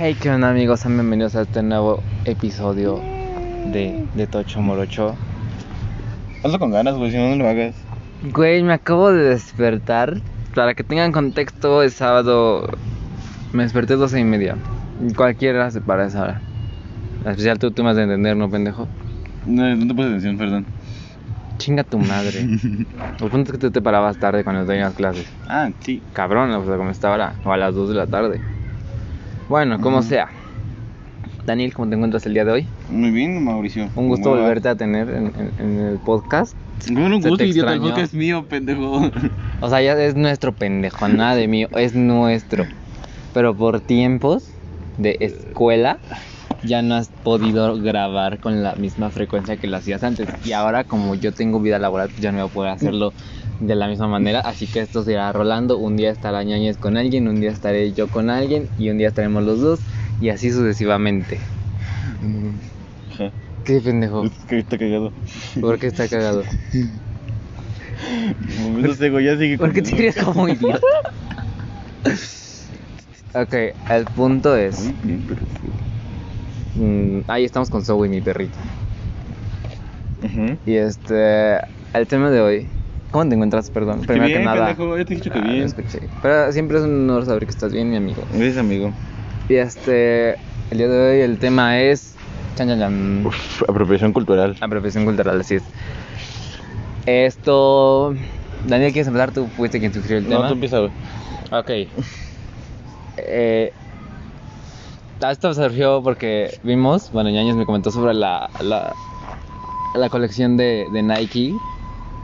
Hey, ¿qué onda amigos? Sean bienvenidos a este nuevo episodio de, de Tocho Morocho. Hazlo con ganas, güey, si no, no lo hagas. Güey, me acabo de despertar. Para que tengan contexto, es sábado. Me desperté doce y media. Cualquiera se para esa hora. En especial tú, tú me has de entender, ¿no, pendejo? No, no te puse atención, perdón. Chinga tu madre. Lo punto es que tú te parabas tarde cuando tenías clases. Ah, sí. Cabrón, o sea, como está ahora. O a las 2 de la tarde. Bueno, como Ujú. sea. Daniel, ¿cómo te encuentras el día de hoy? Muy bien, Mauricio. Un gusto ¿Cómo va? volverte a tener en, en- en el podcast. Bueno, un Se te gusto, idiota. El extrañó. podcast es mío, pendejo. O sea, ya es nuestro pendejo, nada de mí, es nuestro. Pero por tiempos de escuela ya no has podido grabar con la misma frecuencia que lo hacías antes. Y ahora como yo tengo vida laboral, pues ya no voy a poder hacerlo de la misma manera. Así que esto se irá rolando. Un día estará ñañez con alguien, un día estaré yo con alguien y un día estaremos los dos y así sucesivamente. Ajá. Qué pendejo, Es que está cagado. ¿por qué está cagado? Pues No sé, güey, ya sigue. ¿Por qué con- te ríes como un idiota? Ok, el punto es. Muy bien, perfecto. mm, ahí estamos con Zoe, mi perrito. Ajá. Y este. El tema de hoy. ¿Cómo te encuentras? Perdón, Que primero bien, que nada. pendejo. Ya te he dicho que Ah, no bien. escuché. Pero siempre es un honor saber que estás bien, mi amigo. Gracias, amigo. Y este. El día de hoy el tema es. Chan, chan, chan. Uf, apropiación cultural. Apropiación cultural, así es. Esto. Daniel, ¿quieres empezar? Tú fuiste quien sugirió el tema. No, tú empieza, güey. Ok. Eh, esto surgió porque vimos, bueno, Ñañez me comentó sobre la, la, la colección de, de Nike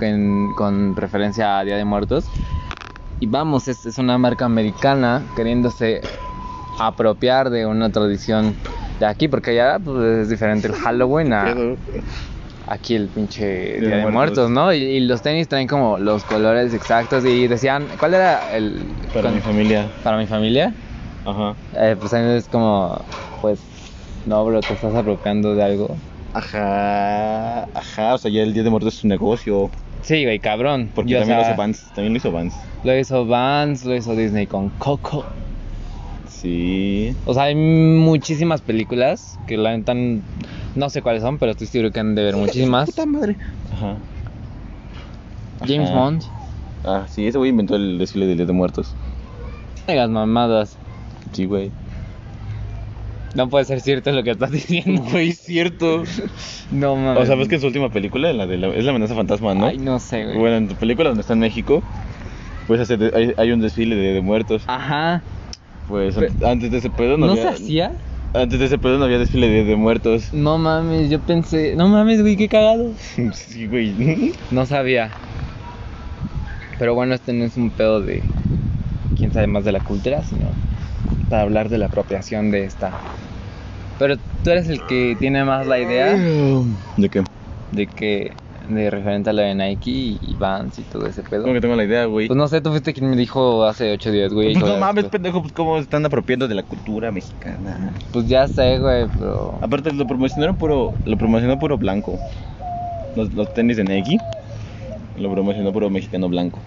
en- con referencia a Día de Muertos. Y vamos, es, es una marca americana queriéndose apropiar de una tradición de aquí, porque allá pues, es diferente el Halloween a, Pedo. eh, aquí el pinche Día Día de de Muertos, Muertos. ¿no? Y, y los tenis traen como los colores exactos y decían, ¿cuál era el... Para con- mi familia. para mi familia? Ajá. Eh, pues a mí es como, pues, no, bro, te estás apropiando de algo. Ajá. Ajá. O sea, ya el Día de Muertos es su negocio. Sí, güey, cabrón. Porque Y, o también lo sea, hizo Vans. También lo hizo Vans. Lo hizo Vans, lo hizo Disney con Coco. Sí. O sea, hay muchísimas películas que la neta no sé cuáles son, pero estoy seguro que han de ver muchísimas. madre. Ajá. James Ajá. Bond. Ah, sí, ese güey inventó el desfile de Día de Muertos. Las mamadas. Sí, güey. No puede ser cierto lo que estás diciendo. Güey, es cierto. No mames. O sea, ves que en su última película, en la de la- es la amenaza fantasma, ¿no? Ay, no sé, güey. Bueno, en tu película donde está en México, pues hace de- hay, hay un desfile de, de muertos. Ajá. Pues Pe- antes de ese pedo no, Ah, ¿No se había. hacía? Antes de ese pedo no había desfile de, de muertos. No mames, yo pensé. No mames, güey, qué cagado. sí, güey. No sabía. Pero bueno, este no es un pedo de quién sabe más de la cultura, sino para hablar de la apropiación de esta. Pero tú eres el que tiene más la idea ¿De qué? de que de referente a lo de Nike y Vans y todo ese pedo. Como que tengo la idea, güey. Pues no sé, tú fuiste quien me dijo hace ocho días, güey. Pues lo no de mames, esto. pendejo, pues cómo se están apropiando de la cultura mexicana. Pues ya sé, güey, pero. Aparte lo promocionaron puro, lo promocionó puro blanco. Los, los tenis de Nike. Lo promocionó puro mexicano blanco.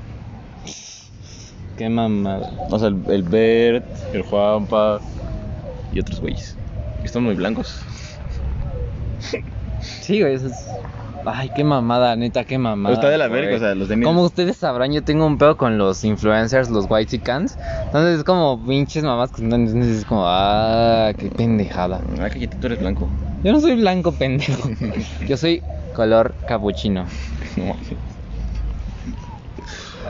Qué mamada. O sea, el, el Bert, el Juanpa y otros güeyes. Están muy blancos. Sí, güey, eso es. Ay, qué mamada, neta, qué mamada. Está de la güey. verga, o sea, los tenis- Como ustedes sabrán, yo tengo un pedo con los influencers, los white cans. Entonces es como pinches mamás que entonces es como, ah, qué pendejada. Ah, cállate, tú eres blanco. Yo no soy blanco, pendejo. Yo soy color capuchino. No mames.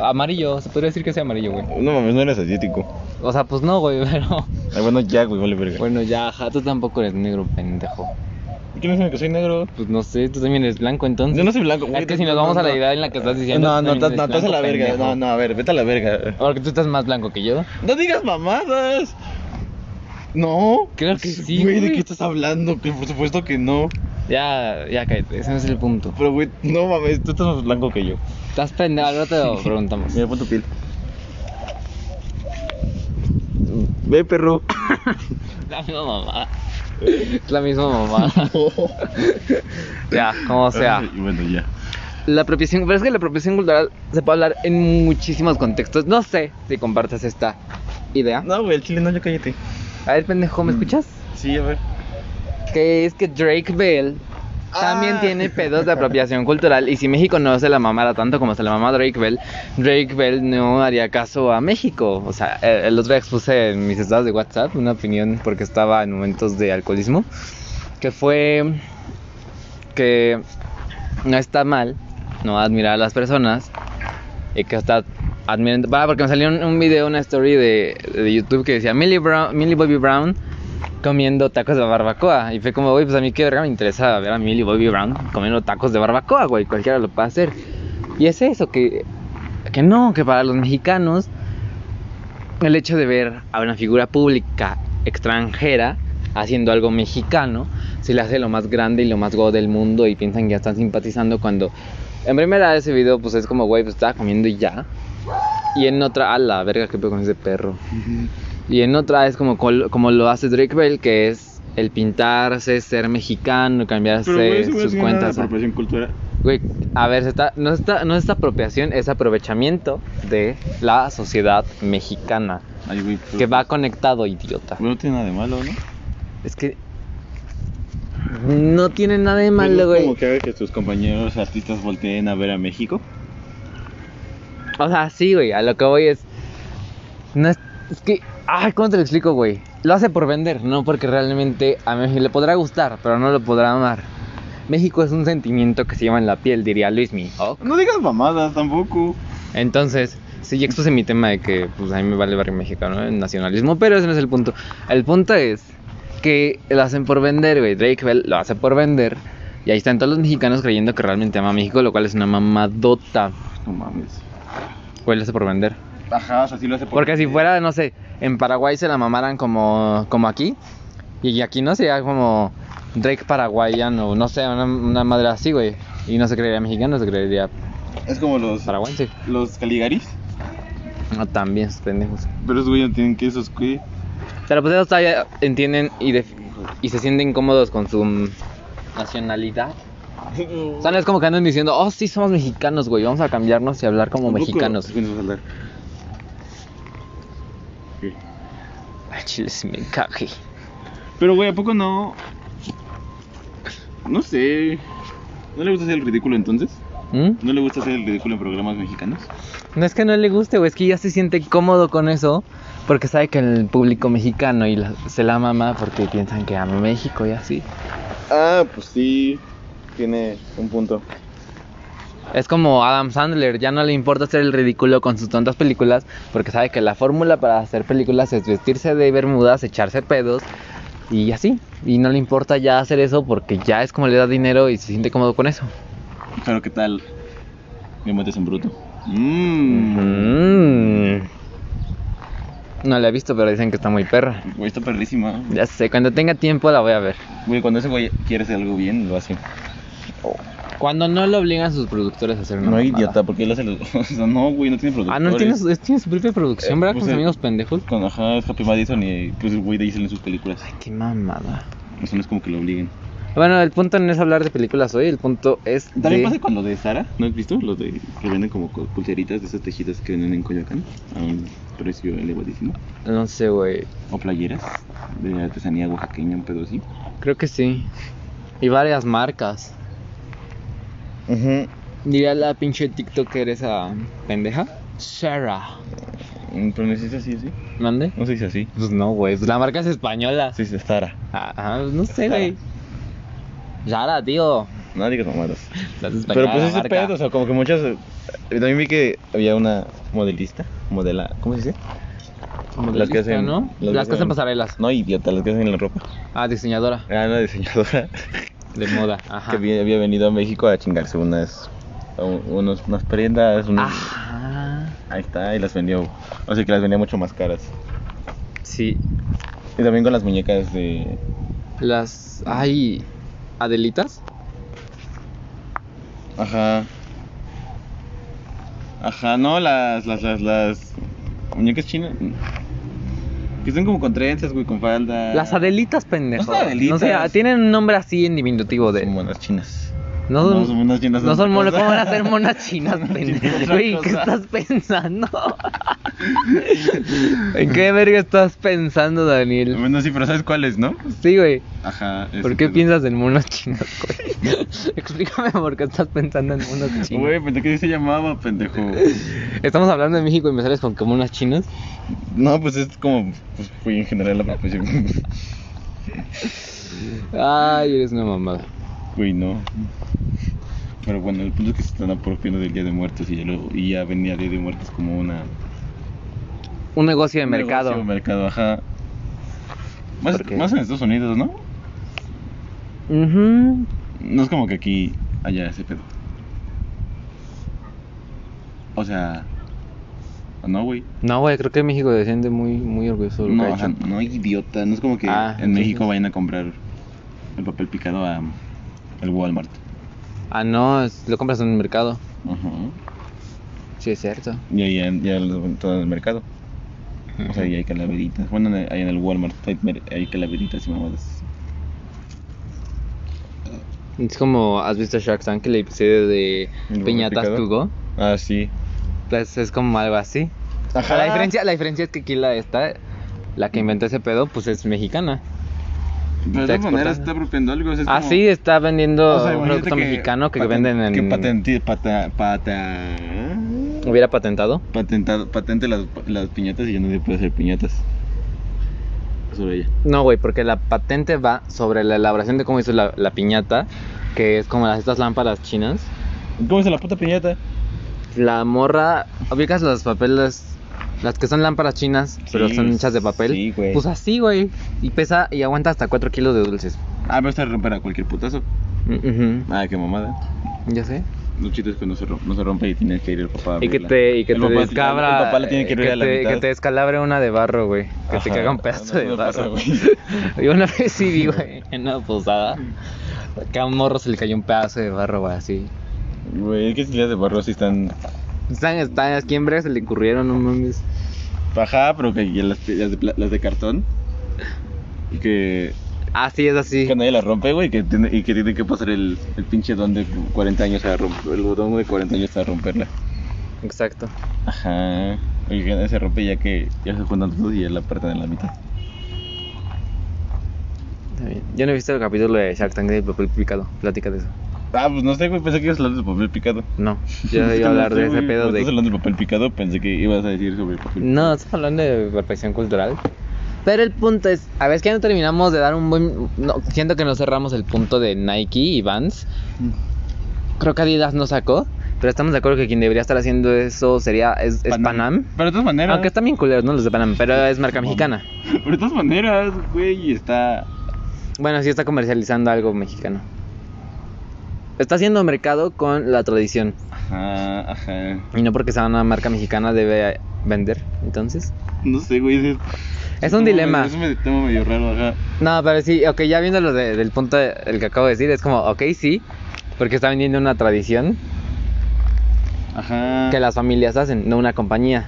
Amarillo, se podría decir que soy amarillo, güey. No mames, no eres asiático. O sea, pues no, güey, pero. Ay, bueno, ya, güey, vale verga. Bueno, ya, ajá, tú tampoco eres negro, pendejo. ¿Quién dice que soy negro? Pues no sé, tú también eres blanco, entonces. Yo no soy blanco, güey. Es que si nos vamos a la idea en la que estás diciendo. No, tú no, no, también eres no, estás a la blanco, verga. pendejo. No, no, a ver, vete a la verga. Porque tú estás más blanco que yo. No digas mamadas. No. Creo que sí, Güey, ¿de güey. qué estás hablando? Que por supuesto que no. Ya, ya cállate, ese no es el punto. Pero, güey, no mames, tú estás más blanco que yo. Estás pendejo, ahora te lo preguntamos. Mira, pon tu piel. Ve, perro. La misma mamá. Es la misma mamá. ya, como sea. Y bueno, ya. La apropiación, pero es que la apropiación cultural se puede hablar en muchísimos contextos. No sé si compartes esta idea. No, güey, el chile no, yo cállate. A ver, pendejo, ¿me Mm. escuchas? Sí, a ver. Que es que Drake Bell también Ah. tiene pedos de apropiación cultural. Y si México no se la mamara tanto como se la mamá Drake Bell, Drake Bell no haría caso a México. O sea, eh, el, el otro día expuse en mis estados de WhatsApp una opinión porque estaba en momentos de alcoholismo. Que fue que no está mal no admirar a las personas y que hasta admiren va porque me salió un, un video una story de, de YouTube que decía Millie Brown Millie Bobby Brown comiendo tacos de barbacoa y fue como güey pues a mí qué verga me interesa ver a Millie Bobby Brown comiendo tacos de barbacoa güey cualquiera lo puede hacer y es eso que que no que para los mexicanos el hecho de ver a una figura pública extranjera haciendo algo mexicano se le hace lo más grande y lo más go del mundo y piensan que ya están simpatizando cuando en primera ese video pues es como güey pues estaba comiendo y ya y en otra a la verga que pedo con ese perro y en otra es como col- como lo hace Drake Bell que es el pintarse ser mexicano cambiarse Pero, güey, eso güey, sus sí, nada de cuentas a- apropiación cultural. Güey, a ver, se está- no, está, no es apropiación, es aprovechamiento de la sociedad mexicana. Ay, güey. pero- Que va conectado, idiota. Güey, no tiene nada de malo, ¿no? Es que. No tiene nada de Pero malo, es güey. Como que haga que tus compañeros artistas volteen a ver a México. O sea, sí, güey, a lo que voy es. No es, es que. Ay, ¿cómo te lo explico, güey? Lo hace por vender, no porque realmente a México le podrá gustar, pero no lo podrá amar. México es un sentimiento que se lleva en la piel, diría Luismi. ¿ok? No digas mamadas tampoco. Entonces, sí, ya expuse mi tema de que pues, a mí me vale barrio mexicano, el nacionalismo, pero ese no es el punto. El punto es que lo hacen por vender, güey. Drake Bell lo hace por vender. Y ahí están todos los mexicanos creyendo que realmente ama a México, lo cual es una mamadota. No mames. Güey, lo hace por vender. Ajá, o sea, sí lo hace por- Porque si fuera, no sé, en Paraguay se la mamaran como, como aquí. Y aquí no sería como Drake paraguayano, no sé, una, una madre así, güey. Y no se creería mexicano, se creería Es como los. paraguayense. Los Caligaris. No, también, esos pendejos. Pero esos güey no tienen quesos, güey. Pero pues ellos todavía entienden y, def- y se sienten cómodos con su mm, nacionalidad. O sea, no es como que anden diciendo, oh, sí, somos mexicanos, güey, vamos a cambiarnos y hablar como Tampoco- mexicanos. Sí, nos hablar. Ok. Ay, chile, si me encaje. Pero, güey, ¿a poco no? No sé. ¿No le gusta hacer el ridículo entonces? ¿No le gusta hacer el ridículo en programas mexicanos? ¿Mm? No es que no le guste, güey, es que ya se siente cómodo con eso porque sabe que el público mexicano y la- se la mama porque piensan que ama México y así. Ah, pues sí. Tiene un punto. Es como Adam Sandler, ya no le importa hacer el ridículo con sus tontas películas porque sabe que la fórmula para hacer películas es vestirse de bermudas, echarse pedos y así. Y no le importa ya hacer eso porque ya es como le da dinero y se siente cómodo con eso. Pero, ¿qué tal? Me metes en bruto. Mmm. Mm. No la he visto, pero dicen que está muy perra. Güey, está perrísima. Ya sé, cuando tenga tiempo la voy a ver. Güey, cuando ese güey quiere hacer algo bien, lo hace. Cuando no lo obligan a sus productores a hacer una No, mamada. idiota, porque él hace los. o sea, no, güey, no tiene productores. Ah, no, él tiene, su- él tiene su propia producción, Eh, ¿verdad? pues, con sus eh, amigos pendejos. Con, ajá, es Happy Madison y pues el güey de Diesel en sus películas. Ay, qué mamada. Eso no es como que lo obliguen. Bueno, el punto no es hablar de películas hoy, el punto es También de... pasa con lo de Sara, ¿no has visto? Los de que venden como co- pulseritas de esas tejidas que venden en Coyoacán a un precio elevadísimo. No sé, güey. O playeras de artesanía oaxaqueña, un pedo así. Creo que sí. Y varias marcas. Diría la pinche TikToker esa pendeja. Sarah. Mm, Pero no se dice así, ¿sí? ¿Mande? No se dice así. Pues no, güey. pues La marca es española. Se dice Sara. Ajá, pues no sé, güey. Sara, tío. No digas mamadas. Estás Pero española pues la ese marca. pedo, o sea, como que muchas. eh, También vi que había una modelista, modela. ¿Cómo se dice? Como Las que lista, hacen- ¿no? las que Las que hacen hacen- pasarelas. No, idiota, las que hacen la ropa. Ah, diseñadora Era una diseñadora de moda. Ajá. que había, había venido a México a chingarse unas, a un- unos, unas prendas, unos, Ajá. Ahí está, y las vendió. O sea que las vendía mucho más caras. Sí. Y también con las muñecas de. Las... Ay. Adelitas. Ajá. Ajá, no, las. las. las. las muñecas chinas. mm. Que son como con trenzas, güey, con falda. Las Adelitas, pendejo. No son Adelitas. No sé, tienen un nombre así en diminutivo de. Como las chinas. No son, Más o menos chinas no son son monas. otra cosa. ¿Cómo van a ser monas chinas, pendejo? Chinas otra Güey, ¿qué cosa. estás pensando? ¿En qué verga estás pensando, Daniel? Bueno, sí, pero ¿sabes cuáles, no? Sí, güey. Ajá. ¿Por ese qué pedo. piensas en monas chinas, güey? Explícame por qué estás pensando en monas chinas. Güey, pensé que sí se llamaba, pendejo. Estamos hablando de México y me sales con que monas chinas. No, pues es como, pues fui en general la proporción. Ay, eres una mamada. Güey, no. Pero bueno, el punto es que se están apropiando del Día de Muertos y ya, lo- y ya venía Día de Muertos como una... Un negocio de un mercado. negocio, mercado, ajá. Más, ¿Por qué? más en Estados Unidos, ¿no? Ujú. No es como que aquí haya ese pedo. O sea... No, güey. No, güey, creo que México se siente muy, muy orgulloso de lo No, que ha ajá, hecho. no, idiota. No es como que Ah, en entonces- México vayan a comprar el papel picado a el Walmart. Ah, no, es- lo compras en el mercado. Ajá. Sí, es cierto. Y ahí en- ya lo ven todo en el mercado. O sea, ahí hay calaveritas. Bueno, en el- ahí en el Walmart hay, mer- hay calaveritas y mamadas. Es como, ¿has visto Shark Tank, el episodio de ¿El Piñatas picado? to go? Ah, sí. Pues es como algo así. La diferencia, la diferencia es que aquí la está, la que inventó ese pedo, pues es mexicana. Pero de está todas maneras exportando. está apropiando algo. o sea, es Ah, como- sí, está vendiendo o sea, un imagínate producto que mexicano que paten- venden en... Que patente, pata, pata... Hubiera patentado. Patentado, patente las, las piñatas y ya no se puede hacer piñatas. Sobre ella. No, güey, porque la patente va sobre la elaboración de cómo hizo la, la piñata, que es como las, estas lámparas chinas. ¿Cómo es la puta piñata? La morra, ubicas los papeles, las que son lámparas chinas, pero Sí, son hechas de papel. sí, güey. Pues así, güey. Y pesa y aguanta hasta 4 kilos de dulces. Ah, pero se romper a cualquier putazo. Mm, ujú. Ah, qué mamada. Ya sé. Lo chiste es que no se, rompe, no se rompe y tiene que ir el papá. a Y que abrirla. te, y que El te papá- descabra. El papá la tiene que eh, abrir a la te, mitad. que te descalabre una de barro, güey. Que te Ajá, caga un pedazo no, de no pasa, barro. güey. Yo una vez sí vi, güey, en una posada. Que a un morro se le cayó un pedazo de barro, güey, así. Güey, es que si días de barro así están. Están, están, aquí en breve se le incurrieron, no mames. Ajá, pero que y las, las de, pla- las de cartón. Y que, Ah, sí, es así. que nadie las rompe, güey. Que tiene, y que tiene que pasar el, el pinche don de 40 años a romper. El botón de 40 años a romperla. Exacto. Ajá. Y que nadie se rompe ya que ya se juntan todos y ya la parten en la mitad. Está bien. Yo no he visto el capítulo de Shark Tank de papel picado. Plática de eso. Ah, pues no sé, güey. Pensé que ibas a hablar del papel picado. No, yo iba a hablar de ese pedo Estás de. hablando del papel picado, pensé que ibas a decir sobre el papel. No, estamos hablando de perfección cultural. Pero el punto es, a ver, es que ya no terminamos de dar un buen. no, siento que no cerramos el punto de Nike y Vans. Creo que Adidas no sacó, pero estamos de acuerdo que quien debería estar haciendo eso sería. Es, es Panam. Pero de todas maneras. Aunque están bien culeros, ¿no? Los de Panam, pero es marca mexicana. Pero de todas maneras, güey, está. Bueno, sí está comercializando algo mexicano. Está haciendo mercado con la tradición. Ajá, ajá. Y no porque sea una marca mexicana debe vender, entonces. No sé, güey. Es, Es un como dilema. medio- Es un tema medio raro, ajá. No, pero sí, ok, ya viendo lo de- del punto de- el que acabo de decir, es como, ok, sí, porque está vendiendo una tradición Ajá. Ah. que las familias hacen, no una compañía,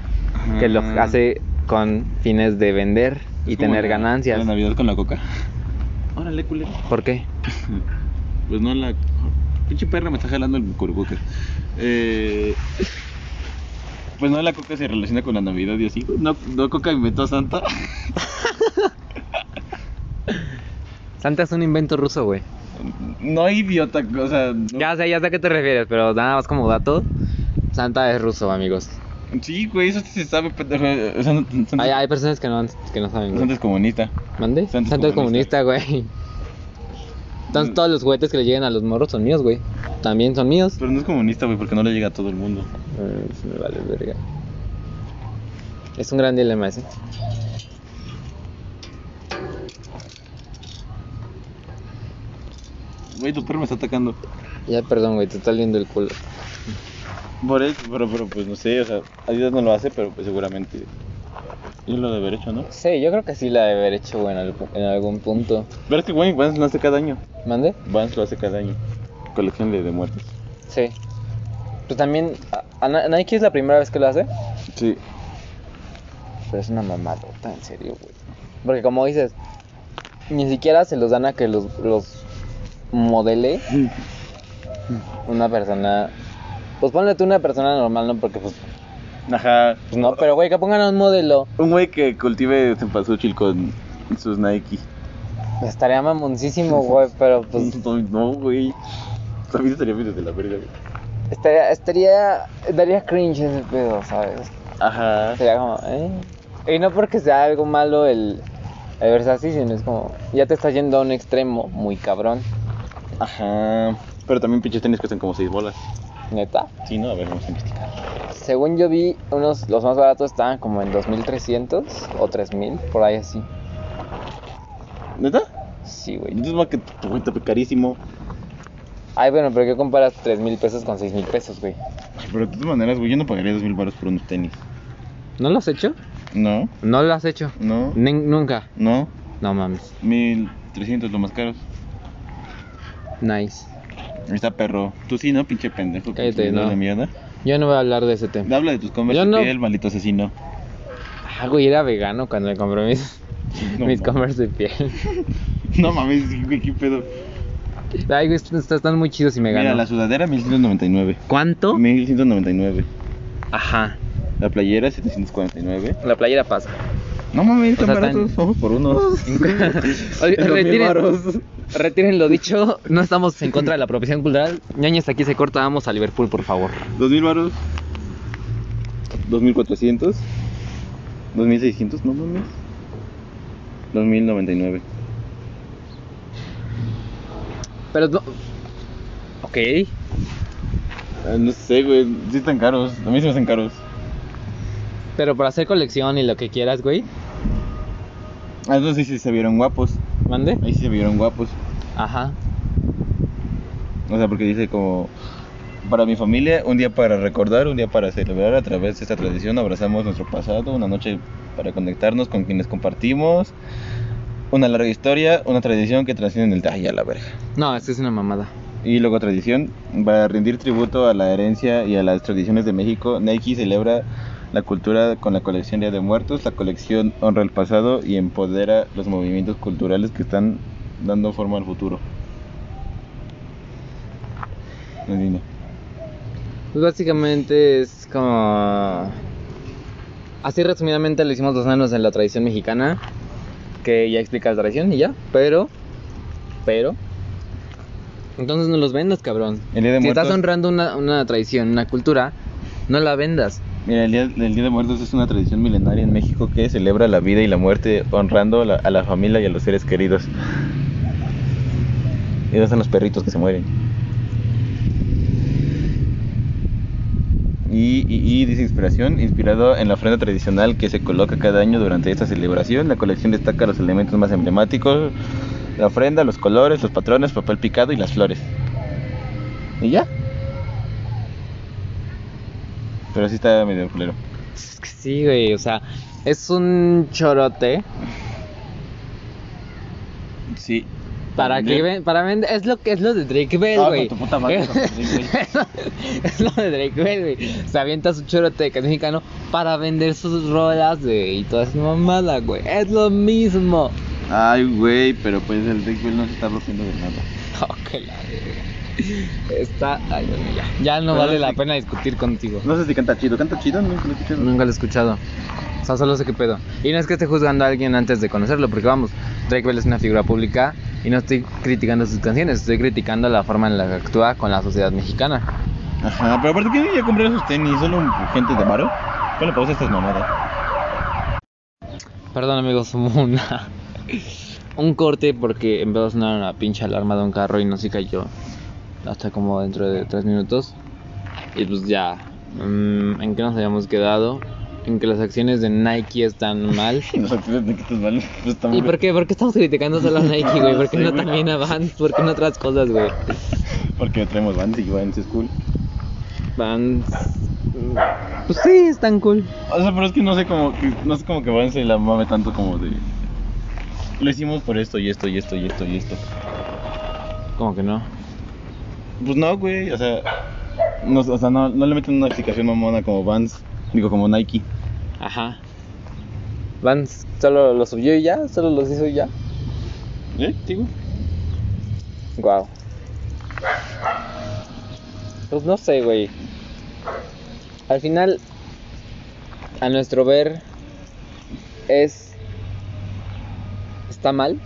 que lo Ajá. hace con fines de vender y Es como tener Ah. la- ganancias. La Navidad con la coca. Órale, culero. ¿Por qué? Pues no, la. Pinche perra me está jalando el curubuque. Eh. Pues no, la coca se relaciona con la Navidad y así. No, no coca inventó a Santa. Santa es un invento ruso, güey. No, idiota, o sea. no- Ya sé, ya sé a qué te refieres, pero nada más como dato, Santa es ruso, amigos. Sí, güey, eso sí se sabe, pendejo. O sea, no- Santa, Hay, hay personas que no, que no saben, güey. Santa es comunista. ¿Mande? Santa es Santa es comunista, comunista. güey. Entonces Mm. todos los juguetes que le lleguen a los morros son míos, güey. También son míos. Pero no es comunista, güey, porque no le llega a todo el mundo. Eh, me vale verga. Es un gran dilema ese. Güey, tu perro me está atacando. Ya, perdón, güey, te está oliendo el culo. Por eso, pero, pero pues no sé, o sea, Adidas no lo hace, pero pues seguramente. Yo lo de haber hecho, ¿no? Sí, yo creo que sí la debe haber hecho, güey, en, algu- en algún punto. Pero es que, güey, Vans lo hace cada año. ¿Mande? Vans lo hace cada año. Colección de, de muertos. Sí. Pues también, a, a Ni- Nike es la primera vez que lo hace. Sí. Pero es una mamadota, en serio, güey. Porque como dices, ni siquiera se los dan a que los, los modele. una persona. Pues ponle tú una persona normal, ¿no? Porque pues, Ajá. pues no, pero güey, que pongan a un modelo. Un güey que cultive cempasúchil con sus Nike. Estaría mamoncísimo, güey, pero pues no, no, güey. También estaría bien de la verga, güey. estaría, estaría, daría cringe ese pedo, ¿sabes? Ajá. Sería como, ¿eh? Y no porque sea algo malo el, el verse así, sino es como, ya te estás yendo a un extremo muy cabrón, Ajá. Pero también pinches tenis que están como seis bolas. neta. Sí, no, a ver, vamos a investigar. Según yo vi, unos, los más baratos estaban como en 2300 o 3000, por ahí así. ¿Neta? Sí, güey. Entonces va que tu güey está carísimo. Ay, bueno, pero ¿qué comparas 3000 pesos con 6000 pesos, güey? Ay, Pero de todas maneras, güey, yo no pagaría dos mil baros por unos tenis. ¿No lo has hecho? No, No lo has hecho. no, nunca. no. No mames. Mil trescientos, lo más caro. Nice. Está perro. Tú sí, ¿no? Pinche pendejo. Cállate, consumidor no. de mierda. Yo no voy a hablar de ese tema. Habla de tus conversos, Yo no. el maldito asesino. Ah, güey, era vegano cuando me compré mis, No mis mames. Converse de piel. No mames, güey, qué pedo. Ay, güey, estos están están muy chidos y me Mira, ganó. la sudadera 1199. ¿Cuánto? 1199. Ajá. La playera 749. La playera pasa. No mames, O están sea, están- baratos. Vamos por unos. Oigan, Los mil retiren, varos. retiren lo dicho. No estamos en contra de la apropiación cultural. Ñañez, aquí se corta. Vamos a Liverpool, por favor. 2000 varos. 2400. 2600, no mames. 2099. Pero no. Ok. Ah, No sé, güey. Sí están caros. A mí se me hacen caros. Pero para hacer colección y lo que quieras, güey. Ah, entonces sí se vieron guapos. Mande. Ahí sí se vieron guapos. Ajá. O sea, porque dice como... Para mi familia, un día para recordar, un día para celebrar. A través de esta tradición abrazamos nuestro pasado, una noche para conectarnos con quienes compartimos. Una larga historia, una tradición que trasciende en el... Ay, a la verga. No, es que es una mamada. Y luego tradición, para rendir tributo a la herencia y a las tradiciones de México, Nike celebra la cultura con la colección Día de Muertos, la colección honra el pasado y empodera los movimientos culturales que están dando forma al futuro. No entiendo. Pues básicamente es como. Así resumidamente lo hicimos los nanos en la tradición mexicana. Que ya explica la tradición y ya. Pero. Pero. Entonces no los vendas, cabrón. El Día de si Muertos, estás honrando una, una tradición, una cultura, no la vendas. mira, el, día, el Día de Muertos es una tradición milenaria en México que celebra la vida y la muerte honrando la- a la familia y a los seres queridos. Y esos son los perritos que se mueren. Y, y- y dice inspiración, inspirado en la ofrenda tradicional que se coloca cada año durante esta celebración. La colección destaca los elementos más emblemáticos, la ofrenda, los colores, los patrones, papel picado y las flores. Y ya. Pero sí está medio culero. Es que sí, güey. O sea, es un chorote. Sí. Para que ven- para vender, es lo que es lo de Drake Bell, Ah, con güey. tu puta madre, con Drake es lo de Drake Bell, güey. Se avienta su chorote de canción mexicano para vender sus rolas, güey, y toda esa mamada, güey. Es lo mismo. Ay, güey, pero pues el Drake Bell no se está rompiendo de nada. Oh, que la verga. Está ay, bueno, ya. Ya no Pero vale no la sé- pena discutir contigo. No sé si canta chido. ¿Canta chido? No, no escuché. Nunca lo he escuchado. O sea, solo sé qué pedo. Y no es que esté juzgando a alguien antes de conocerlo, porque vamos, Drake Bell es una figura pública y no estoy criticando sus canciones, estoy criticando la forma en la que actúa con la sociedad mexicana. Ajá, pero aparte que ya compré esos tenis, solo gente de Maro. Bueno, pues estas mamadas. Perdón amigos, hubo una, un corte porque empezó a sonar una pinche alarma de un carro y no se cayó hasta como dentro de tres minutos. Y pues ya, mm, ¿en qué nos habíamos quedado? En que las acciones de Nike están mal. Y los actores de quitas valen. Pues están ¿Y por qué? ¿Por qué estamos criticando solo a Nike, güey? ¿Por qué no también a Vans? ¿Por qué no otras cosas, güey? Porque traemos Vans y Vans es cool. Vans... mm, Pues sí, están cool. O sea, pero es que no sé cómo que, no sé cómo que Vans se la mame tanto como de. Lo hicimos por esto y esto y esto y esto y esto. Como que no. Pues no, güey, o sea. No, o sea, no, no le meten una explicación mamona como Vans. Digo, como Nike. Ajá. Vans solo lo subió y ya, solo los hizo y ya. ¿Eh? Sí, güey. Wow. Pues no sé, güey. Al final, a nuestro ver, es. Está mal.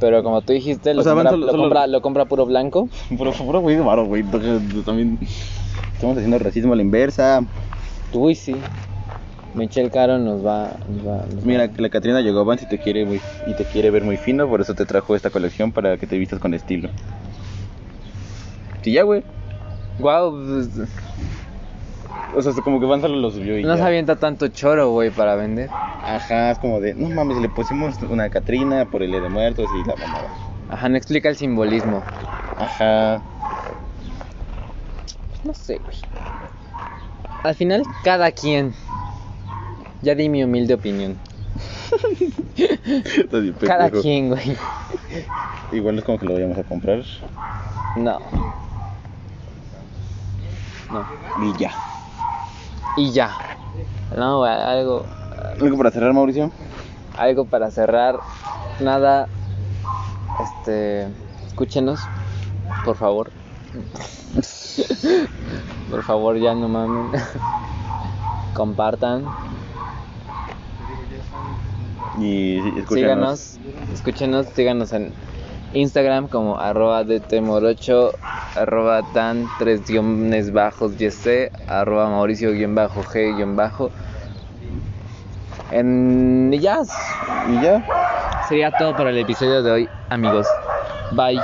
Pero como tú dijiste, lo, O sea, van compra, solo- lo solo- compra- lo compra puro blanco. Puro, puro güey de varo, güey. Entonces, También estamos haciendo racismo a la inversa. Uy, sí. Michelle Caro nos va. Nos va nos va- Mira, la Catrina Yogoban si te quiere muy, y te quiere ver muy fino, por eso te trajo esta colección para que te vistas con estilo. Sí, ya, güey. Guau, pues, O sea, como que Gonzalo lo subió y no se ya. avienta tanto choro, güey, para vender. Ajá, es como de, no mames, le pusimos una Catrina por el Día de muertos y la mamada. Ajá, no explica el simbolismo. Ajá. No sé, güey. Al final, cada quien. Ya di mi humilde opinión. Estás bien Cada pendejo. quien, güey. Igual es como que lo vayamos a comprar No. No. y ya. Y ya. No, güey, algo. ¿Algo para cerrar, Mauricio? Algo para cerrar. Nada. Este. Escúchenos. Por favor. por favor, ya no mamen. Compartan. Y escúchanos. Síganos, escúchenos, síganos en Instagram como arroba DTMorocho, arroba tan tres guiones bajos YC, arroba Mauricio guión bajo G guión bajo. En y ya Y ya. sería todo para el episodio de hoy, amigos. Bye.